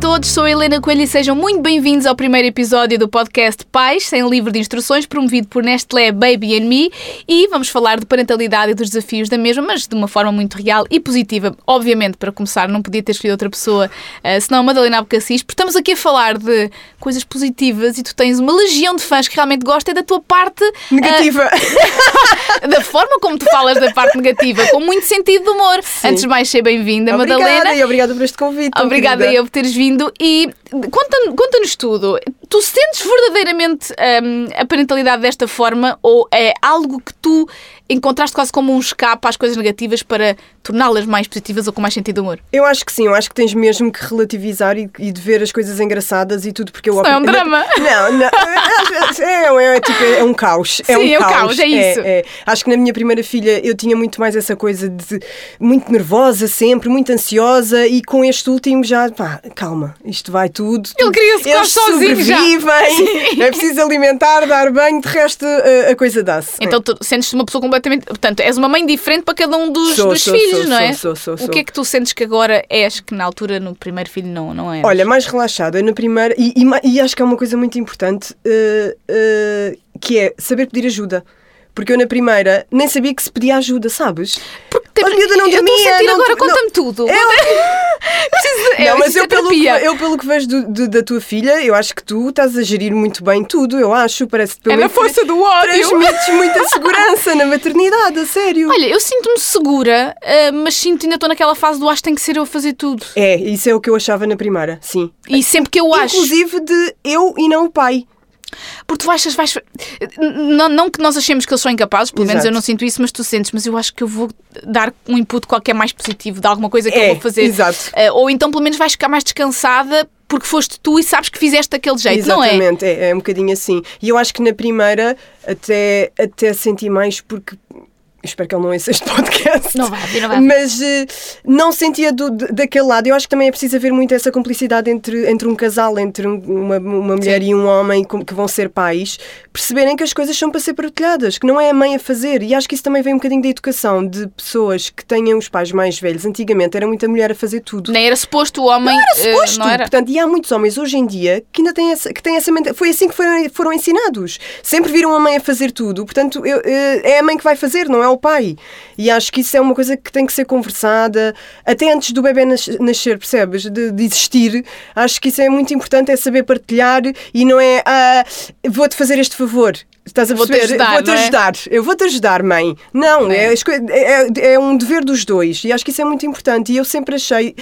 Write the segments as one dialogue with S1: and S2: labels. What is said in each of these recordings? S1: todos, sou a Helena Coelho e sejam muito bem-vindos ao primeiro episódio do podcast Pais, sem livro de instruções, promovido por Nestlé Baby and Me. E vamos falar de parentalidade e dos desafios da mesma, mas de uma forma muito real e positiva. Obviamente, para começar, não podia ter escolhido outra pessoa, eh, senão a Madalena Abcacis, porque estamos aqui a falar de coisas positivas e tu tens uma legião de fãs que realmente gosta da tua parte eh,
S2: Negativa.
S1: da forma como tu falas da parte negativa, com muito sentido de humor. Antes de mais, ser bem-vinda,
S2: obrigada
S1: Madalena.
S2: e obrigada por este convite. tão
S1: Obrigada
S2: querida.
S1: eu por teres vindo e conta- conta-nos tudo. Tu sentes verdadeiramente hum, a parentalidade desta forma ou é algo que tu encontraste quase como um escape às coisas negativas para torná-las mais positivas ou com mais sentido de humor?
S2: Eu acho que sim, eu acho que tens mesmo que relativizar e, e de ver as coisas engraçadas e tudo, porque eu...
S1: Isso não é um drama.
S2: Não, não, às vezes é, é, é tipo, é um caos. é
S1: Sim,
S2: um
S1: é um caos, é isso.
S2: Acho que na minha primeira filha eu tinha muito mais essa coisa de muito nervosa sempre, muito ansiosa e com este último já, pá, calma, isto vai tudo.
S1: Ele queria-se quase
S2: Eles
S1: sozinho já.
S2: sobrevivem, é preciso alimentar, dar banho, de resto eh, a, a coisa dá-se.
S1: Então tu sentes-te uma pessoa completamente. Portanto, és uma mãe diferente para cada um dos,
S2: Sou,
S1: dos
S2: sou,
S1: filhos,
S2: sou,
S1: não é?
S2: sou, sou, sou,
S1: O que é que tu sentes que agora és que na altura, no primeiro filho, não, não é?
S2: Olha, mais relaxada na primeira e, e ma- e acho que é uma coisa muito importante eh, eh, que é saber pedir ajuda. Porque eu na primeira nem sabia que se pedia ajuda, sabes?
S1: Porque tem-
S2: a miúda não
S1: eu estou
S2: dormia,
S1: a sentir
S2: não-
S1: agora,
S2: não-
S1: conta-me tudo.
S2: Eu-
S1: Preciso, é,
S2: não, mas
S1: preciso
S2: eu
S1: de
S2: pelo, que,
S1: terapia.
S2: eu pelo que vejo do- do- da tua filha, eu acho que tu estás a gerir muito bem tudo, eu acho. Parece que pelo
S1: É na
S2: menos
S1: força do ódio.
S2: transmites muita segurança na maternidade, a sério.
S1: Olha, eu sinto-me segura, ah, mas sinto ainda estou naquela fase do acho que tem que ser eu a fazer tudo.
S2: É, isso é o que eu achava na primeira, sim.
S1: E sempre que eu acho.
S2: Inclusive de eu e não o pai.
S1: Porque tu achas, vais. Não, não que nós achemos que eles são incapazes, pelo menos
S2: Exato.
S1: eu não sinto isso, mas tu sentes, mas eu acho que eu vou dar um input qualquer mais positivo de alguma coisa que
S2: É,
S1: eu vou fazer.
S2: exato.
S1: Ah, ou então pelo menos vais ficar mais descansada porque foste tu e sabes que fizeste daquele jeito, não é?
S2: Exatamente, é, é um bocadinho assim. E eu acho que na primeira até, até senti mais porque. eu Espero que ele não ouça este podcast.
S1: Não vai ouvir, não vai ouvir.
S2: Mas eh, não sentia do, d- daquele lado. Eu acho que também é preciso haver muito essa cumplicidade entre, entre um casal, entre um- uma, uma mulher e um homem com- que vão ser pais, perceberem que as coisas são para ser partilhadas, que não é a mãe a fazer. E acho que isso também vem um bocadinho da educação de pessoas que tenham os pais mais velhos. Antigamente era muita mulher a fazer tudo.
S1: Nem era suposto o homem. eh, Não era
S2: Posto,
S1: não era?
S2: portanto, e há muitos homens hoje em dia que ainda têm essa, que têm essa mentalidade. Foi assim que foram, foram ensinados. Sempre viram a mãe a fazer tudo, portanto, eu- eh, é a mãe que vai fazer, não é o pai. E acho que isso é uma coisa que tem que ser conversada, até antes do bebê nas- nascer, percebes? De, de existir. Acho que isso é muito importante, é saber partilhar e não é, ah, vou-te fazer este favor. Estás a
S1: Vou-te
S2: perceber?
S1: ajudar,
S2: Vou-te
S1: não é?
S2: ajudar. Eu vou-te ajudar, mãe. Não,
S1: É.
S2: é. as coi- é- é um dever dos dois. E acho que isso é muito importante. E eu sempre achei,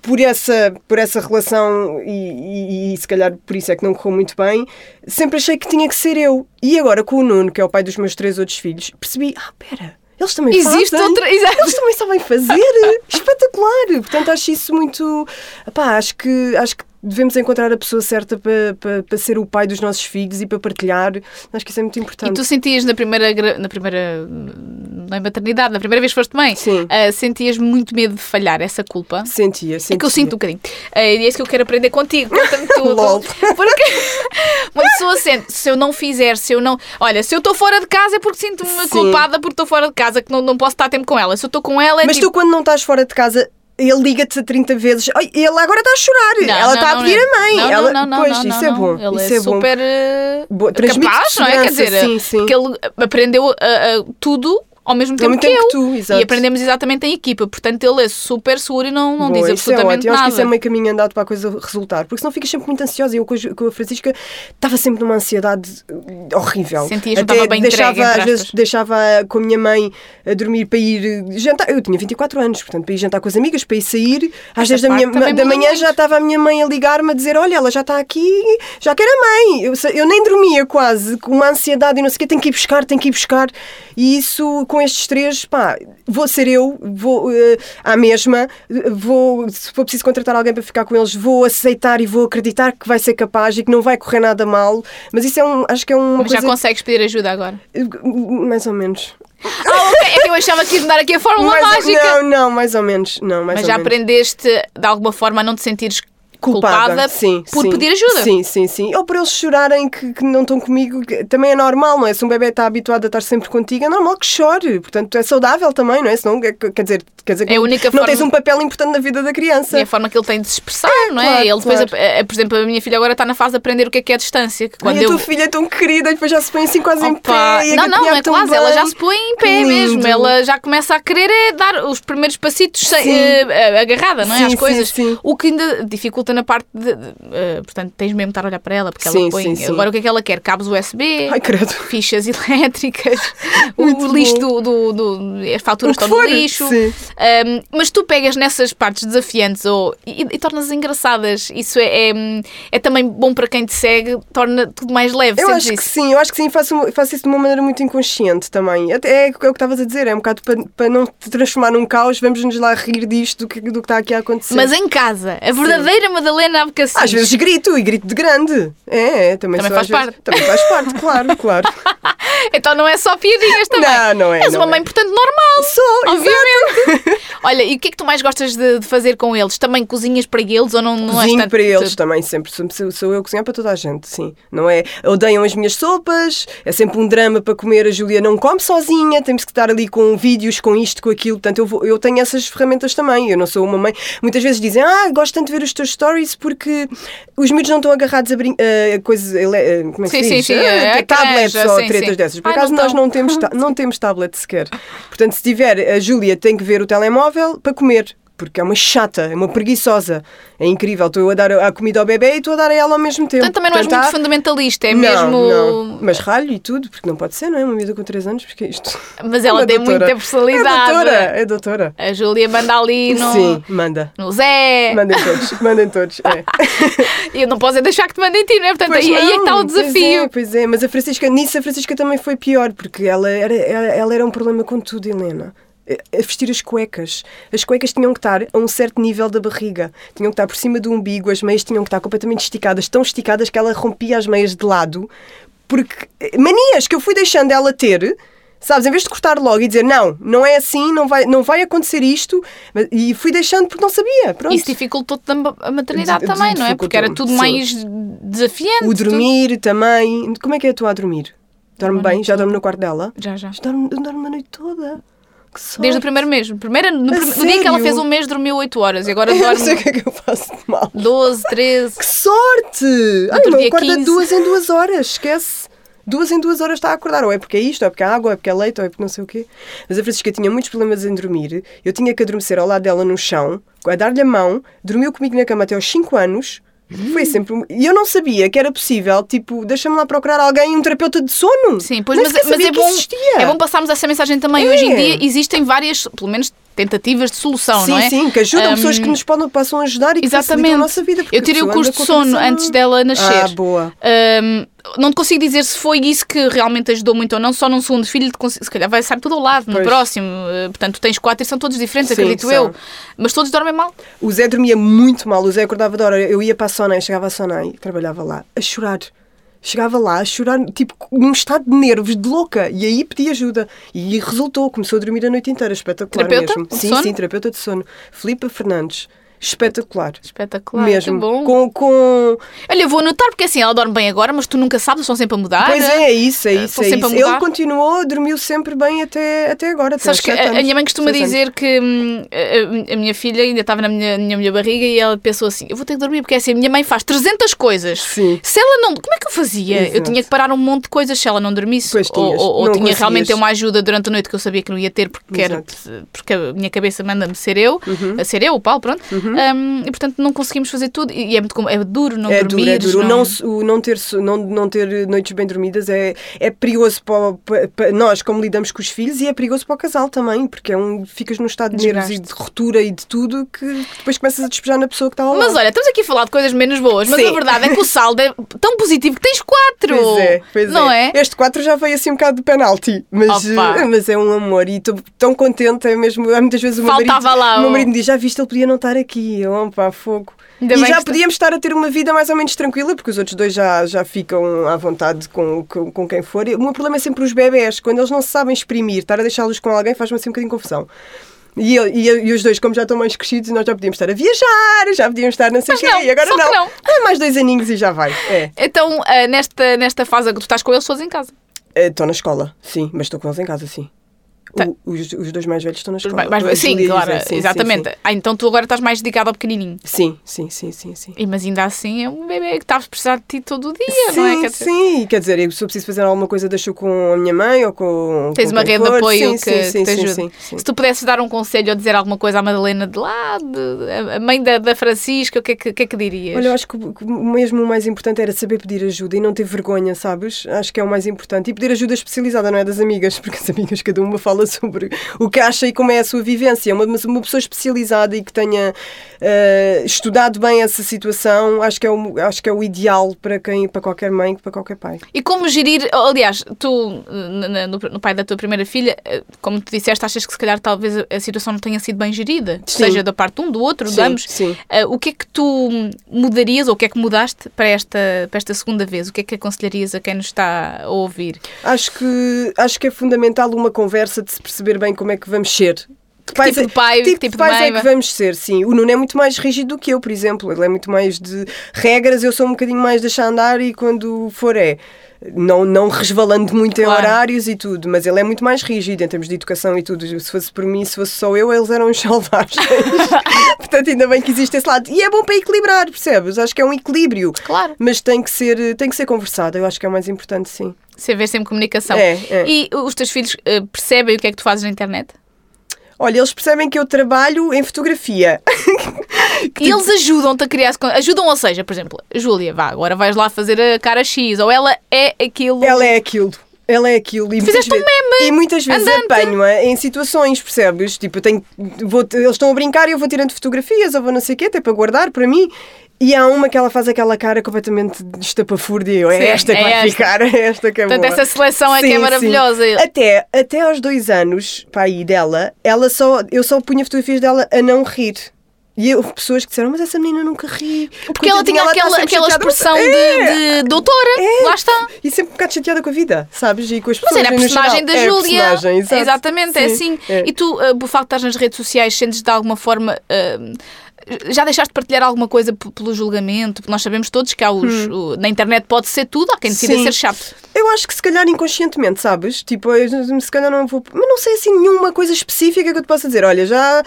S2: por essa, por essa relação, e, e- e se calhar por isso é que não correu muito bem, sempre achei que tinha que ser eu. E agora com o Nuno, que é o pai dos meus três outros filhos, percebi, ah, pera, eles também
S1: Existe
S2: fazem.
S1: outra. Exato.
S2: Eles também sabem fazer. Espetacular. Portanto, acho isso muito. Pá, acho que. Acho que Devemos encontrar a pessoa certa para, para, para ser o pai dos nossos filhos e para partilhar. Acho que isso é muito importante.
S1: E tu sentias na primeira. gra- Na primeira hum, na maternidade, na primeira vez que foste mãe,
S2: Sim.
S1: ah, sentias muito medo de falhar, essa culpa?
S2: Sentia, sentia.
S1: É que eu sinto um bocadinho. É isso que eu quero aprender contigo. Conta-me tudo.
S2: Lol.
S1: Porque uma pessoa sente, se eu não fizer, se eu não. Olha, se eu estou fora de casa é porque sinto-me
S2: Sim.
S1: culpada porque estou fora de casa, que não, não posso estar tempo com ela. Se eu estou com ela é
S2: Mas
S1: tipo.
S2: tu, quando não estás fora de casa, ele liga-te 30 vezes. Ai, ele agora está a chorar.
S1: Não,
S2: ela
S1: não,
S2: está
S1: não,
S2: a pedir
S1: não.
S2: a mãe.
S1: Não,
S2: ela...
S1: não, não,
S2: pois,
S1: não, não,
S2: isso é
S1: não.
S2: bom.
S1: Ele
S2: isso
S1: é,
S2: é bom.
S1: super. eh,
S2: Boa, transmite
S1: capaz, não é? Quer dizer,
S2: segurança, sim, sim. É
S1: que ele aprendeu ah, ah, tudo ao mesmo
S2: Ao
S1: tempo
S2: mesmo
S1: que
S2: tempo
S1: eu.
S2: que tu, exato.
S1: E aprendemos exatamente em equipa. Portanto, ele é super seguro e não, não
S2: Boa,
S1: diz
S2: isso é
S1: absolutamente
S2: ótimo. Eu
S1: nada.
S2: Acho que isso é meio caminho andado para a coisa resultar, porque senão ficas sempre muito ansiosa. Eu com a Ju- com a Francisca estava sempre numa ansiedade uh, horrível.
S1: Sentias que não estava bem
S2: deixava,
S1: entregue, entre
S2: às vezes,
S1: aspas.
S2: deixava com a minha mãe a dormir para ir uh, jantar. Eu tinha 24 anos, portanto, para ir jantar com as amigas, para ir sair. Às
S1: Essa
S2: 10 da, minha,
S1: parte também muda
S2: da manhã
S1: muito.
S2: já estava a minha mãe a ligar-me a dizer: Olha, ela já está aqui, já quer a mãe. Eu, sei- eu nem dormia quase, com uma ansiedade e não sei o quê, tenho que ir buscar, tenho que ir buscar. E isso com estes três, pá, vou ser eu, vou eh, à mesma, eh, vou, se for preciso contratar alguém para ficar com eles, vou aceitar e vou acreditar que vai ser capaz e que não vai correr nada mal. Mas isso é um, acho que é uma
S1: Mas já
S2: coisa.
S1: consegues pedir ajuda agora.
S2: Mais ou menos.
S1: Ah, ok. É que eu achava que ia dar aqui a fórmula
S2: Mais-
S1: mágica.
S2: Não, não, mais ou menos. Não, mais
S1: Mas
S2: ou
S1: já
S2: menos.
S1: aprendeste de alguma forma a não te sentires culpada,
S2: sim,
S1: por
S2: sim.
S1: pedir ajuda.
S2: Sim, sim, sim. Ou por eles chorarem que, que não estão comigo, que também é normal, não é? Se um bebê está habituado a estar sempre contigo, é normal que chore. Portanto, é saudável também, não é? Senão, é que- quer dizer, quer dizer que
S1: É a
S2: não,
S1: única
S2: não
S1: forma-
S2: tens um papel importante na vida da criança.
S1: E a forma que ele tem de se expressar, não é?
S2: claro,
S1: ele depois,
S2: claro.
S1: a- a- por exemplo, a minha filha agora está na fase de aprender o que é que é a distância. Que quando
S2: e a
S1: eu...
S2: tua filha é tão querida, e depois já se põe assim quase em
S1: Opa,
S2: pé. e a
S1: não, não,
S2: gatinhar
S1: é
S2: tão
S1: quase, ela
S2: bem.
S1: já se põe em pé
S2: Que
S1: mesmo,
S2: lindo.
S1: ela já começa a querer é dar os primeiros passitos sem-
S2: Sim.
S1: eh, agarrada, não é?
S2: Sim,
S1: Às
S2: sim,
S1: coisas.
S2: sim.
S1: O que ainda dificulta na parte de. de, eh, portanto, tens mesmo de estar a olhar para ela, porque ela
S2: Sim,
S1: põe.
S2: sim, sim.
S1: Agora o que é que ela quer? Cabos USB.
S2: Ai, credo.
S1: Fichas elétricas, o,
S2: Muito
S1: o lixo do, do, do- as
S2: O
S1: faturas
S2: que
S1: estão no
S2: for.
S1: lixo.
S2: Sim.
S1: Um, mas tu pegas nessas partes desafiantes ou, e, e tornas engraçadas. Isso é, é, hum, é também bom para quem te segue, torna tudo mais leve.
S2: Eu
S1: sentes
S2: acho que
S1: isso?
S2: sim, eu acho que sim, faço, faço isso de uma maneira muito inconsciente também. Até é, o que é o que estavas a dizer, é um bocado para, para não te transformar num caos, vamos-nos lá rir disto do que, do que está aqui a acontecer.
S1: Mas em casa, a verdadeira Madalena Abcacis.
S2: Às vezes grito e grito de grande. É, é
S1: Também
S2: também, sou
S1: faz
S2: às vezes-
S1: parte.
S2: também faz parte, claro, claro.
S1: Então não é só piadinhas também.
S2: Não, não é,
S1: És
S2: não
S1: uma
S2: é.
S1: mãe, portanto, normal.
S2: Sou,
S1: obviamente. Olha, e o que é que tu mais gostas de, de fazer com eles? Também cozinhas para eles ou não, não é és
S2: Cozinho
S1: tanto-
S2: para eles também, sempre. Sou- Sou, sou eu a cozinhar para toda a gente, sim. Não é? Odeiam as minhas sopas, é sempre um drama para comer. A Júlia não come sozinha, temos que estar ali com vídeos, com isto, com aquilo. Portanto, eu, vou- eu tenho essas ferramentas também. Eu não sou uma mãe. Muitas vezes dizem, ah, gosto tanto de ver os teus stories porque os miúdos não estão agarrados a, brin- a coisas. ele- a- Como é que
S1: Sim,
S2: se
S1: sim,
S2: diz?
S1: sim,
S2: Ah,
S1: a
S2: tablets
S1: canja,
S2: ou
S1: sim,
S2: tretas
S1: sim.
S2: dessas. Por
S1: Ai,
S2: acaso,
S1: não
S2: nós
S1: estão.
S2: não temos, ta- não temos tablet sequer. Portanto, se tiver, a Júlia tem que ver o telemóvel para comer. Porque é uma chata, é uma preguiçosa. É incrível. Estou eu a dar a comida ao bebê e estou a dar a ela ao mesmo tempo.
S1: Portanto, Então também não és
S2: Portanto,
S1: muito
S2: há-
S1: fundamentalista, é
S2: Não,
S1: mesmo.
S2: não. Mas ralho e tudo, porque não pode ser, não é? Uma miúda com 3 anos, porque é isto.
S1: Mas ela
S2: É
S1: tem
S2: doutora.
S1: muita personalidade.
S2: É doutora, é doutora.
S1: A Júlia manda ali no,
S2: Sim, manda.
S1: no Zé.
S2: Mandem todos, mandem todos. É.
S1: E eu não posso é deixar que te mandem ti, não é? Portanto,
S2: Pois
S1: aí, aí é que está o
S2: não, Pois é,
S1: desafio.
S2: pois é, mas a Francisca, nisso a Francisca também foi pior, porque ela era, ela, ela era um problema com tudo, Helena. A- A vestir as cuecas. As cuecas tinham que estar a um certo nível da barriga. Tinham que estar por cima do umbigo, as meias tinham que estar completamente esticadas, tão esticadas que ela rompia as meias de lado. Porque eh, manias que eu fui deixando ela ter, sabes, em vez de cortar logo e dizer não, não é assim, não vai, não vai acontecer isto, mas- e fui deixando porque não sabia. Pronto.
S1: Isso dificultou-te a maternidade
S2: Des-
S1: também, não é? Porque era tudo
S2: dificultou-me,
S1: mais desafiante.
S2: O
S1: tudo.
S2: dormir também. Como é que é a tua a dormir? Dorme
S1: Dorme
S2: bem? Já dorme no quarto dela?
S1: Já, já.
S2: Dorme, dorme a noite toda. Que sorte.
S1: Desde o primeiro mês. Primeiro, no,
S2: A
S1: prim- no dia que ela
S2: sério?
S1: fez um mês, dormiu 8 horas e agora
S2: Eu não sei o
S1: dorme
S2: que é que eu faço de mal.
S1: 12, 13.
S2: Que sorte! Ai,
S1: Outro
S2: não,
S1: dia
S2: acorda
S1: 15.
S2: duas em duas horas, esquece. Duas em duas horas está a acordar, ou é porque é isto, ou é porque é água, ou é porque é leite, ou é porque não sei o quê. Mas a Francisca tinha muitos problemas em dormir. Eu tinha que adormecer ao lado dela no chão, a dar-lhe a mão, dormiu comigo na cama até aos 5 anos.
S1: Hum.
S2: Foi sempre. um- E eu não sabia que era possível, tipo, deixa-me lá procurar alguém, um terapeuta de sono.
S1: Sim, pois,
S2: Nem
S1: mas,
S2: sequer
S1: mas
S2: sabia
S1: é,
S2: que
S1: bom,
S2: existia.
S1: é bom passarmos essa mensagem também. Hoje em
S2: É.
S1: dia existem várias, pelo menos, tentativas de solução,
S2: sim,
S1: não é?
S2: sim, que ajudam
S1: Hum,
S2: pessoas que nos podem, possam ajudar e que
S1: Exatamente.
S2: facilitam a nossa vida. porque
S1: Eu tirei
S2: a
S1: o
S2: pessoa
S1: curso de
S2: anda com a
S1: sono
S2: cabeça-
S1: antes dela nascer.
S2: Ah, boa.
S1: Hum, não te consigo dizer se foi isso que realmente ajudou muito ou não, só num segundo filho, te consi- se calhar vai estar tudo ao lado, no
S2: Pois.
S1: próximo. Eh, Portanto, tens quatro e são todos diferentes,
S2: Sim,
S1: acredito
S2: são.
S1: eu. Mas todos dormem mal.
S2: O Zé dormia muito mal, o Zé acordava de hora. Eu ia para a Sonei, chegava à Sonei, trabalhava lá, a chorar. Chegava lá a chorar, tipo, num estado de nervos, de louca. E aí pedi ajuda. E resultou, começou a dormir a noite inteira, espetacular
S1: Terapeuta
S2: mesmo.
S1: de
S2: sim,
S1: sono?
S2: sim, terapeuta de sono. Filipa Fernandes, espetacular.
S1: Espetacular,
S2: mesmo.
S1: que bom.
S2: Com, com...
S1: Olha, eu vou anotar porque assim, ela dorme bem agora, mas tu nunca sabes, estão sempre a mudar.
S2: Pois é, é isso, é isso.
S1: estão
S2: É
S1: sempre a
S2: isso.
S1: mudar.
S2: Ele continuou, dormiu sempre bem até, até agora. até
S1: Sabes
S2: aos
S1: que
S2: sete
S1: a, a
S2: anos,
S1: minha mãe costuma
S2: seis anos.
S1: dizer que hum, a, a- a minha filha ainda estava na minha, na minha barriga e ela pensou assim: eu vou ter que dormir, porque assim, a minha mãe faz 300 coisas.
S2: Sim.
S1: Se ela não. Como é que eu fazia? Eu
S2: Exato.
S1: tinha que parar um monte de coisas se ela não dormisse.
S2: Pois
S1: ou
S2: tinhas,
S1: ou- ou tinha
S2: não conseguias.
S1: realmente uma ajuda durante a noite que eu sabia que não ia ter, porque, era- porque a minha cabeça manda-me ser eu,
S2: Uhum.
S1: a ser eu, o Paulo, pronto. Hum, e portanto não conseguimos fazer tudo. E é muito com- é duro não
S2: é
S1: dormir.
S2: duro, é duro. O Não, se- o não ter, so- não, não ter noites bem dormidas é, é perigoso para, o- pa- pa- nós, como lidamos com os filhos, e é perigoso para o casal também, porque é um, ficas num estado de nervos e de rotura e de tudo que depois começas a despejar na pessoa que está ao lado.
S1: Mas olha, estamos aqui a falar de coisas menos boas, mas
S2: Sim.
S1: a verdade é que o saldo é tão positivo que tens quatro.
S2: Pois é, pois
S1: não é?
S2: Este 4 já veio assim um bocado de penalti, mas,
S1: Opa.
S2: eh, mas é um amor e estou tão contente, é mesmo, há muitas vezes o meu
S1: Faltava
S2: marido,
S1: lá um.
S2: o meu
S1: o-
S2: marido me diz, já viste, ele podia não estar aqui, eu, opa, fogo.
S1: Ainda
S2: e
S1: bem que
S2: já
S1: está-
S2: podíamos estar a ter uma vida mais ou menos tranquila, porque os outros dois já, já ficam à vontade com, com, com quem for. E O meu problema é sempre os bebés, quando eles não se sabem exprimir, estar a deixá-los com alguém faz-me assim um bocadinho confusão. E, eu- e eu- e os dois, como já estão mais crescidos, nós já podíamos estar a viajar, já podíamos estar não sei o
S1: Mas
S2: quê,
S1: não,
S2: e agora
S1: só que
S2: não.
S1: não.
S2: Ah, mais dois aninhos e já vai. É.
S1: Então, ah, nesta, nesta fase em que tu estás com eles, todos em casa.
S2: Eh, Estou na escola, sim, mas estou com eles em casa, sim.
S1: Tá.
S2: O- os, os dois mais velhos estão na
S1: Tudo
S2: escola.
S1: bem, mas-
S2: A Júlia
S1: sim,
S2: e o
S1: claro,
S2: José, é, sim, sim,
S1: exatamente. Ah, então tu agora estás mais dedicado ao pequenininho.
S2: Sim, sim, sim, sim, sim.
S1: E, mas ainda assim é um bebê que estás a precisar de ti todo o dia,
S2: Sim,
S1: não é? Quer dizer,
S2: sim, quer dizer, eu, se eu preciso fazer alguma coisa, deixo com a minha mãe ou com.
S1: Tens
S2: com
S1: uma
S2: quem
S1: rede de
S2: for.
S1: apoio
S2: Sim,
S1: que,
S2: sim,
S1: que
S2: sim,
S1: te
S2: sim,
S1: ajuda.
S2: sim, sim.
S1: Se tu pudesses dar um conselho ou dizer alguma coisa à Madalena de lá, de- a mãe da, da Francisca, o que é que, o que é que dirias?
S2: Olha, eu acho que o- que o- mesmo o mais importante era saber pedir ajuda e não ter vergonha, sabes? Acho que é o mais importante. E pedir ajuda especializada, não é das amigas, porque as amigas cada uma fala sobre o que acha e como é a sua vivência. Uma, uma- uma pessoa especializada e que tenha eh, estudado bem essa situação, acho que é o, acho que é o ideal para, quem, para qualquer mãe, para qualquer pai.
S1: E como gerir, oh, aliás, tu n- n- no, no pai da tua primeira filha, eh, como tu disseste, achas que se calhar talvez a- a situação não tenha sido bem gerida,
S2: Sim.
S1: seja da parte de um, do outro, de
S2: Sim,
S1: ambos.
S2: sim.
S1: Eh, o que é que tu mudarias ou o que é que mudaste para esta, para esta segunda vez? O que é que aconselharias a quem nos está a ouvir?
S2: Acho que, acho que é fundamental uma conversa de se perceber bem como é que vamos ser. Que pais
S1: tipo
S2: é-
S1: de pai,
S2: que tipo, de pais
S1: mãe?
S2: é que vamos ser, sim. O Nuno é muito mais rígido do que eu, por exemplo. Ele é muito mais de regras, eu sou um bocadinho mais deixar andar e quando for é. Não, não resvalando muito
S1: Claro.
S2: em horários e tudo, mas ele é muito mais rígido em termos de educação e tudo. Se fosse por mim, se fosse só eu, eles eram uns selvagens. Portanto, ainda bem que existe esse lado. E é bom para equilibrar, percebes? Acho que é um equilíbrio.
S1: Claro.
S2: Mas tem que ser, tem que ser conversado, eu acho que é o mais importante, sim.
S1: Se haver sempre comunicação.
S2: É, é.
S1: E os teus filhos eh, percebem o que é que tu fazes na internet?
S2: Olha, eles percebem que eu trabalho em fotografia.
S1: Uhum.
S2: tipo
S1: E eles ajudam-te a criar. Ajudam, ou seja, por exemplo, Júlia, vá, agora vais lá fazer a cara X, ou ela é aquilo.
S2: Ela é aquilo. Ela é aquilo. E
S1: Fizeste
S2: muitas
S1: um
S2: vezes- E muitas vezes
S1: andante.
S2: apanho-a em situações, percebes? Tipo, eu tenho, vou, eles estão a brincar e eu vou tirando fotografias ou vou não sei o quê, até para guardar para mim. E há uma que ela faz aquela cara completamente de estapafúrdia. e eu,
S1: Sim,
S2: é esta que
S1: é
S2: vai
S1: esta.
S2: ficar, é esta que é
S1: Portanto,
S2: boa.
S1: essa seleção é que
S2: Sim,
S1: é
S2: sim.
S1: maravilhosa.
S2: Até, até aos dois anos, para aí dela, ela só, eu só punha fotografias dela a não rir. E houve pessoas que disseram, mas essa menina nunca ri.
S1: Porque ela tinha
S2: Coitadinha, está
S1: aquela, aquela
S2: tá sempre chateada." É,
S1: expressão de, de doutora, lá está.
S2: E sempre um bocado chateada com a vida, sabes? E com as
S1: Mas
S2: pessoas
S1: era a
S2: no geral.
S1: personagem da
S2: É a
S1: Júlia.
S2: personagem, exato.
S1: Exatamente, é assim.
S2: é.
S1: E tu, eh, por facto, estás nas redes sociais, sentes de alguma forma. eh, já deixaste de partilhar alguma coisa p- pelo julgamento? Porque nós sabemos todos que há os, o- na internet pode ser tudo, há quem decida
S2: Hum. Sim.
S1: ser chato.
S2: Eu acho que se calhar inconscientemente, sabes? Tipo, eu, se calhar não vou. Mas não sei assim nenhuma coisa específica que eu te possa dizer. Olha, já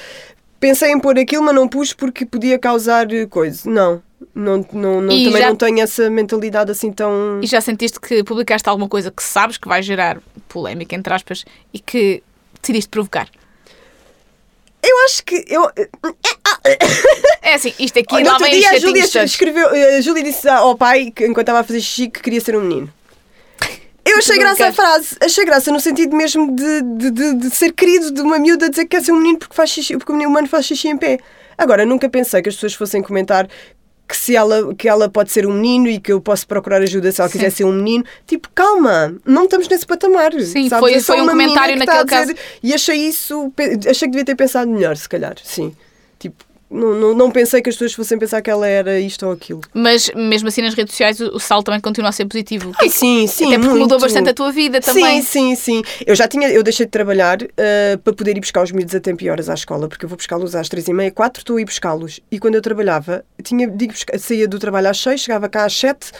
S2: pensei em pôr aquilo, mas não pus porque podia causar eh, coisa. Não. Não, não, não-
S1: E
S2: também
S1: já-
S2: não tenho essa mentalidade assim tão.
S1: E já sentiste que publicaste alguma coisa que sabes que vai gerar polémica, entre aspas, e que decidiste provocar?
S2: Eu acho que. Eu, eh,
S1: É assim, isto aqui
S2: no
S1: lá
S2: outro
S1: vem os
S2: dia a
S1: chatinhos
S2: Júlia
S1: todos.
S2: escreveu. eh, A Júlia disse ao pai, que, enquanto estava a fazer xixi, que queria ser um menino. Eu achei
S1: Nunca.
S2: graça a frase, achei graça no sentido mesmo de, de, de- de ser querido de uma miúda dizer que quer ser um menino porque faz xixi, porque o menino humano faz xixi em pé. Agora, nunca pensei que as pessoas fossem comentar que se ela, que ela pode ser um menino e que eu posso procurar ajuda se ela
S1: Sim.
S2: quiser ser um menino. Tipo, calma, não estamos nesse patamar.
S1: Sim,
S2: sabes?
S1: foi-
S2: É só
S1: foi um
S2: uma menina
S1: comentário
S2: que está a
S1: naquele
S2: dizer- E achei isso, pe- achei que devia ter pensado melhor, se calhar, sim. Tipo, não, não, não pensei que as pessoas fossem pensar que ela era isto ou aquilo.
S1: Mas mesmo assim nas redes sociais o, o saldo também continua a ser positivo.
S2: Ai, sim, sim,
S1: Ah, Até porque mudou
S2: muito.
S1: bastante a tua vida também.
S2: Sim, sim, sim. Eu já tinha, eu deixei de trabalhar ah, para poder ir buscar os miúdos a tempo e horas à escola, porque eu vou buscá-los às três e meia, quatro, estou a ir buscá-los. E quando eu trabalhava, tinha, de ir buscar- saía do trabalho às seis, chegava cá às sete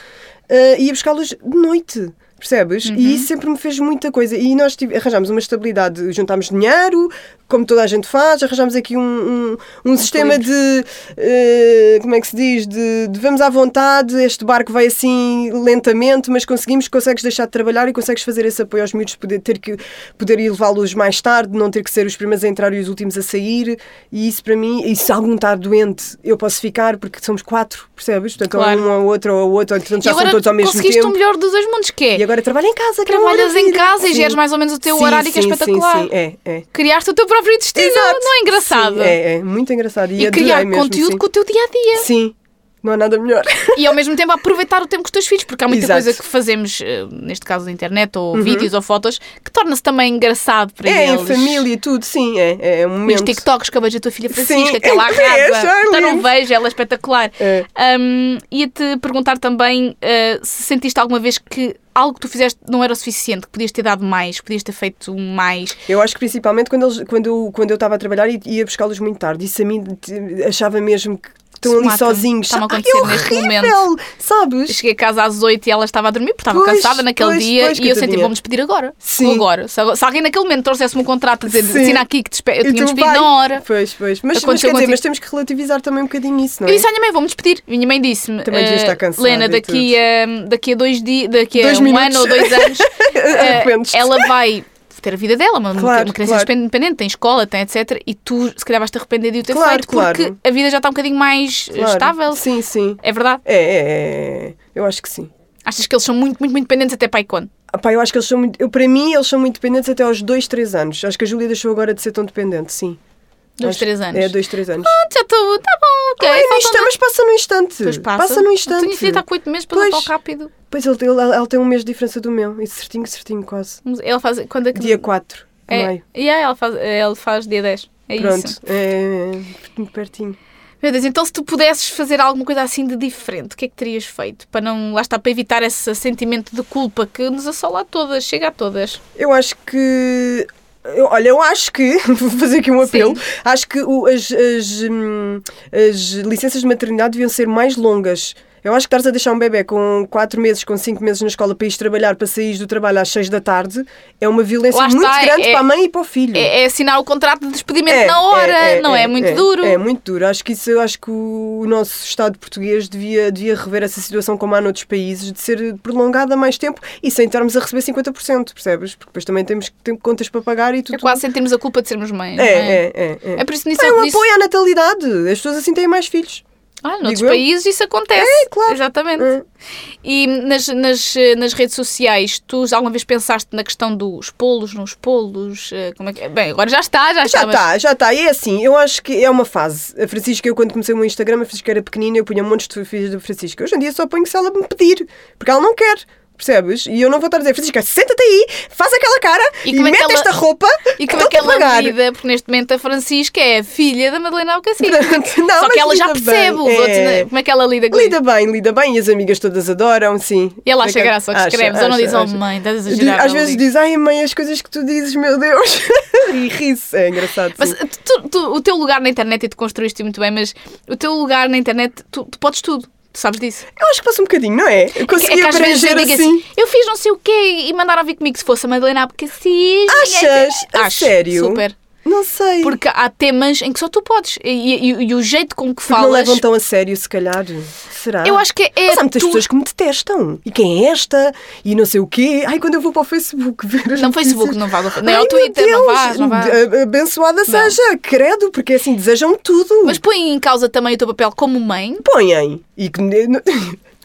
S2: ah, e ia buscá-los de noite. Percebes?
S1: Uhum.
S2: E isso sempre me fez muita coisa. E nós tive- arranjámos uma estabilidade, juntámos dinheiro, como toda a gente faz, arranjámos aqui um, um, um sistema de. eh, como é que se diz? De, de vamos à vontade, este barco vai assim lentamente, mas conseguimos, consegues deixar de trabalhar e consegues fazer esse apoio aos miúdos, poder, ter que, poder ir levá-los mais tarde, não ter que ser os primeiros a entrar e os últimos a sair. E isso para mim, e se algum está doente, eu posso ficar, porque somos quatro, percebes? Portanto, ou
S1: Claro.
S2: um ou outro, ou outro, ou portanto,
S1: e
S2: já
S1: agora
S2: são todos ao mesmo
S1: conseguiste
S2: tempo.
S1: o melhor dos dois mundos, que é
S2: E agora trabalha em casa, que é uma
S1: trabalhas em
S2: maravilha.
S1: casa e
S2: Sim.
S1: geres mais ou menos o teu
S2: Sim,
S1: horário, que é
S2: sim, sim,
S1: espetacular.
S2: Sim, é, é.
S1: Criaste o teu próprio destino,
S2: Exato.
S1: não é engraçado?
S2: Sim, é, é, muito engraçado. E,
S1: E
S2: adorei
S1: criar
S2: mesmo,
S1: conteúdo
S2: sim.
S1: com o teu dia a dia.
S2: Sim. Não há nada melhor.
S1: E ao mesmo tempo aproveitar o tempo com os teus filhos, porque há muita
S2: Exato. Uhum.
S1: coisa que fazemos, eh, neste caso na internet, ou vídeos ou fotos, que torna-se também engraçado para
S2: É,
S1: eles.
S2: em família e tudo, sim, é, é um
S1: Os
S2: momento.
S1: TikToks que eu vejo a tua filha Francisca,
S2: Sim,
S1: que ela
S2: é,
S1: acaba.
S2: já
S1: então não
S2: li.
S1: vejo, ela é espetacular.
S2: É.
S1: Hum, Ia-te perguntar também eh, se sentiste alguma vez que algo que tu fizeste não era o suficiente, que podias ter dado mais, que podias ter feito mais.
S2: Eu acho que principalmente quando, eles, quando, eu, quando eu estava a trabalhar e ia buscá-los muito tarde. Isso a mim t- achava mesmo que estão
S1: Se
S2: ali
S1: matam.
S2: sozinhos.
S1: Está-me a
S2: Ai,
S1: acontecer neste
S2: horrível, sabes?
S1: Cheguei a casa às 8 e ela estava a dormir, porque estava
S2: Pois,
S1: cansada naquele
S2: pois,
S1: dia
S2: pois,
S1: e eu senti,
S2: coitadinha.
S1: vamos despedir agora.
S2: Sim.
S1: Vou agora. Se, agora- se alguém naquele momento trouxesse-me um contrato a dizer,
S2: Sim.
S1: assina aqui que te espe- eu
S2: E
S1: tinha-me
S2: tu
S1: despedido
S2: vai.
S1: na hora.
S2: Pois, pois. Mas, mas
S1: Aconteceu
S2: quer dizer,
S1: contigo?
S2: mas temos que relativizar também um bocadinho isso, não é?
S1: Eu disse à minha mãe, vou-me despedir. Minha mãe disse-me,
S2: Também devia
S1: eh,
S2: estar cansada
S1: Lena,
S2: e
S1: daqui
S2: tudo.
S1: a, daqui a dois dias, daqui a
S2: Dois
S1: um
S2: minutos.
S1: ano ou dois anos, eh,
S2: Arrependes-te.
S1: ela vai ter a vida dela, uma, uma
S2: Claro,
S1: criança
S2: claro.
S1: independente, tem escola, tem etc. E tu, se calhar, vais-te arrepender de o ter
S2: Claro,
S1: feito,
S2: claro.
S1: porque a vida já está um bocadinho mais eh,
S2: Claro.
S1: estável.
S2: Sim, sim.
S1: É verdade?
S2: É, é, é. Eu acho que sim.
S1: Achas que eles são muito, muito, muito dependentes até para quando?
S2: Ah, Pá, eu acho que eles são muito. Eu, para mim, eles são muito dependentes até aos 2, 3 anos. Acho que a Júlia deixou agora de ser tão dependente, sim.
S1: Dois,
S2: Acho-
S1: três anos.
S2: É, 2, 3 anos.
S1: Pronto, já estou, tá bom, ok.
S2: Ah, é num
S1: faltam-
S2: instante, mas passa num instante.
S1: Pois
S2: passa. num instante.
S1: A minha filha está tá com oito meses, passa
S2: Pois.
S1: tão rápido.
S2: Pois ele, ele, ele tem um mês de diferença do meu. Isso certinho, certinho, quase.
S1: Ela faz... Quando é que...
S2: Dia 4 de
S1: é,
S2: maio.
S1: e aí ela faz, eh, ele faz dia 10. É
S2: Pronto.
S1: isso.
S2: É, muito pertinho.
S1: Meu Deus, então se tu pudesses fazer alguma coisa assim de diferente, o que é que terias feito? Para não, lá está, para evitar esse sentimento de culpa que nos assola a todas, chega a todas.
S2: Eu acho que. eu- olha, eu acho que. Vou fazer aqui um apelo.
S1: Sim.
S2: Acho que o- as, as, hum, as licenças de maternidade deviam ser mais longas. Eu acho que estás a deixar um bebê com 4 meses, com 5 meses na escola para ir trabalhar, para sair do trabalho às 6 da tarde, é uma violência
S1: Lá
S2: muito
S1: está,
S2: grande
S1: é-
S2: para a mãe e para o filho.
S1: É, é assinar o contrato de despedimento na hora, não é? muito duro.
S2: É muito duro. Acho que isso, eu acho que o nosso Estado português devia, devia rever essa situação como há noutros países, de ser prolongada mais tempo e sem estarmos a receber 50%, percebes? Porque depois também temos, que ter contas para pagar e tudo.
S1: É quase sentirmos a culpa de sermos mães.
S2: É,
S1: não é?
S2: é, é. é.
S1: É por isso nisso
S2: É
S1: eu
S2: um
S1: disse-
S2: apoio à natalidade. As pessoas assim têm mais filhos.
S1: Ah, noutros
S2: Digo eu.
S1: países isso acontece.
S2: É, claro.
S1: Exatamente.
S2: É.
S1: E nas, nas, eh, nas redes sociais, tu alguma vez pensaste na questão dos polos, nos polos? eh, Como é que... Bem, agora já está, já está.
S2: Já
S1: mas-
S2: está, já está. E é assim, eu acho que é uma fase. A Francisca, eu quando comecei o meu Instagram, a Francisca era pequenina, eu punha um monte de fotografias da Francisca. Hoje em dia só ponho se ela me pedir, porque ela não quer. Percebes? E eu não vou estar a dizer, Francisca, senta-te aí, faz aquela cara
S1: E
S2: e,
S1: como é que
S2: mete
S1: ela-
S2: esta roupa
S1: E como é
S2: dou-te
S1: que
S2: a
S1: ela
S2: pagar.
S1: lida? Porque neste momento a Francisca é a filha da Madalena Alcacil.
S2: Pronto. Não,
S1: Só que
S2: mas
S1: ela já
S2: lida
S1: percebe os
S2: bem.
S1: outros,
S2: É.
S1: né? Como é que ela lida com isso?
S2: Lida bem, lida bem, e as amigas todas adoram, sim.
S1: E ela
S2: Por
S1: acha
S2: acaso-
S1: graça aos que
S2: acha,
S1: escreves, ou não
S2: acha,
S1: diz, oh
S2: acha.
S1: mãe, estás a
S2: Diz-
S1: exagerar.
S2: Às
S1: não
S2: vezes
S1: ligo."
S2: diz, ai mãe, as coisas que tu dizes, meu Deus. e ri-se, é engraçado.
S1: Mas eh,
S2: sim.
S1: tu- tu- o teu lugar na internet, e tu construíste muito bem, mas o teu lugar na internet, tu, tu podes tudo. Tu sabes disso.
S2: Eu acho que passa um bocadinho, não é? Eu
S1: É
S2: consegui
S1: que às vezes eu
S2: abranger
S1: digo
S2: assim.
S1: assim, eu fiz não sei o quê e mandaram vir comigo se fosse a Madalena Alcacil.
S2: Achas? A
S1: Acho,
S2: sério?
S1: é Super.
S2: Não sei.
S1: assim, Porque há temas em que só tu podes. E, e- e o jeito com que
S2: Porque Tipo, não
S1: falas.
S2: levam tão a sério, se calhar. Será?
S1: Eu acho que é.
S2: Mas há muitas
S1: tu-
S2: pessoas que me detestam. E quem é esta? E não sei o quê. Ai, quando eu vou para o Facebook ver as
S1: Não, Facebook,
S2: notícias-
S1: não vá. Não é
S2: Ai,
S1: ao
S2: meu
S1: Twitter, não
S2: Deus,
S1: vás, não vás.
S2: a- Abençoada seja, credo, porque assim desejam tudo.
S1: Mas põe em causa também o teu papel como mãe
S2: põem. E que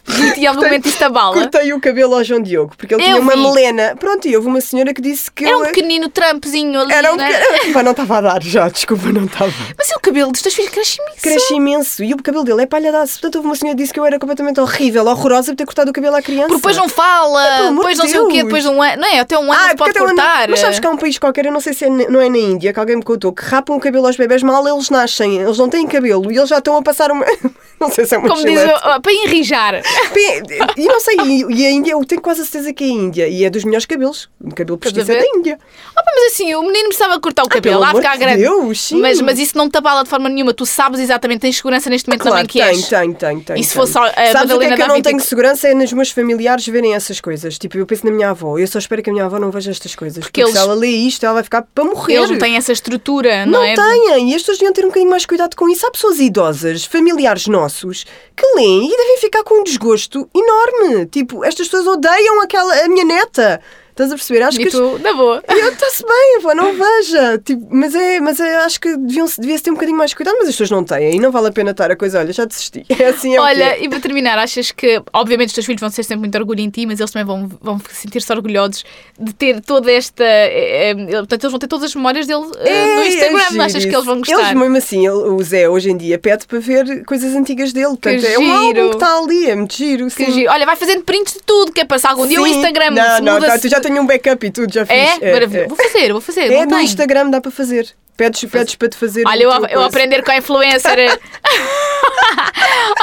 S1: e em algum momento isso te abala.
S2: cortei o cabelo ao João Diogo, porque ele
S1: Eu
S2: tinha uma
S1: vi.
S2: melena. Pronto, e houve uma senhora que disse que
S1: Era um
S2: ele-
S1: pequenino trampezinho ali,
S2: Era um
S1: né?
S2: que- Pá, não estava a dar já, desculpa, não estava.
S1: Mas e o cabelo dos teus filhos cresce imenso.
S2: Cresce imenso e o cabelo dele é palhadaço. Portanto, houve uma senhora que disse que eu era completamente horrível, horrorosa por ter cortado o cabelo à criança.
S1: Porque depois não
S2: Ai, pelo
S1: fala,
S2: amor
S1: depois
S2: de
S1: não sei o quê,
S2: Deus.
S1: depois de um ano. Não é? Até um ano
S2: Ah,
S1: se pode
S2: porque até eu não-
S1: cortar.
S2: Mas sabes que há um país qualquer, eu não sei se é, ne- não é na Índia, que alguém me contou, que rapam o cabelo aos bebés mal eles nascem. Eles não têm cabelo e eles já estão a passar uma. não sei se é uma
S1: Como diz,
S2: gilete.
S1: ah, para enrijar.
S2: Pe- E não sei, e, e a Índia, eu tenho quase a certeza que é a Índia. E é dos melhores cabelos. O cabelo
S1: Estás a
S2: postiço
S1: ver?
S2: é da Índia.
S1: Ah, pá, mas assim, o menino precisava cortar o cabelo,
S2: pelo
S1: lá
S2: amor
S1: ficar
S2: de
S1: grande.
S2: Deus, sim.
S1: mas, mas isso não te abala de forma nenhuma. Tu sabes exatamente, tens segurança neste momento também
S2: Claro,
S1: que és.
S2: tem, tem, tem, tem.
S1: E se
S2: tem.
S1: fosse a- a
S2: Sabes o que é
S1: Madalena
S2: que eu
S1: da
S2: não
S1: Vita
S2: tenho
S1: que-
S2: segurança? É nos meus familiares verem essas coisas. Tipo, eu penso na minha avó. Eu só espero que a minha avó não veja estas coisas.
S1: Porque
S2: Porque,
S1: eles-
S2: se ela lê isto, ela vai ficar para morrer.
S1: Eles não têm essa estrutura, não,
S2: Não
S1: é?
S2: têm. E as pessoas deviam ter um bocadinho mais cuidado com isso. Há pessoas idosas, familiares nossos, que leem e devem ficar com um desgosto enorme. Tipo, estas pessoas odeiam aquela, a minha neta. Estás a perceber? Acho
S1: E
S2: que.
S1: tu, na boa.
S2: E eu, está-se bem, avó, não veja. Tipo, mas é, mas é, acho que deviam-se- devia-se ter um bocadinho mais cuidado, mas as pessoas não têm e não vale a pena estar a coisa. Olha, já desisti. É assim, é o que
S1: Olha,
S2: é.
S1: e para terminar, achas que, obviamente, os teus filhos vão ser sempre muito orgulho em ti, mas eles também vão, vão sentir-se orgulhosos de ter toda esta. eh, eh, portanto, eles vão ter todas as memórias dele eh, no
S2: É,
S1: Instagram.
S2: é giro
S1: achas que
S2: isso.
S1: eles vão gostar?
S2: Eles, mesmo assim, ele- o Zé hoje em dia pede para ver coisas antigas dele. Portanto, é um
S1: giro.
S2: álbum que está ali, é muito giro.
S1: Que
S2: sim.
S1: giro. Olha, vai fazendo prints de tudo, que é para se algum dia o
S2: Sim.
S1: Instagram
S2: Não,
S1: se
S2: não,
S1: muda
S2: tá, tu já tenho um backup e tudo, já fiz.
S1: É? Maravilhoso. Vou fazer, vou fazer.
S2: É,
S1: não
S2: no
S1: tenho.
S2: Instagram dá para fazer. Pedes, pedes para te fazer. um
S1: Olha, eu,
S2: a
S1: a-
S2: tua
S1: eu a
S2: coisa.
S1: aprender com a influencer.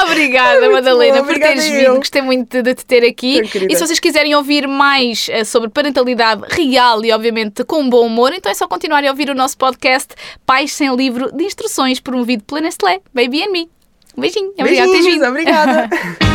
S1: Obrigada,
S2: muito
S1: Madalena,
S2: bom,
S1: por
S2: obrigada
S1: teres
S2: eu.
S1: vindo. Gostei muito de, de te ter aqui.
S2: Tão querida.
S1: E se vocês quiserem ouvir mais eh, sobre parentalidade real e, obviamente, com bom humor, então é só continuarem a ouvir o nosso podcast Pais Sem Livro de Instruções, promovido pela Nestlé, Baby and Me. Um beijinho. Obrigada por teres
S2: Beijinhos,
S1: vindo.
S2: Obrigada.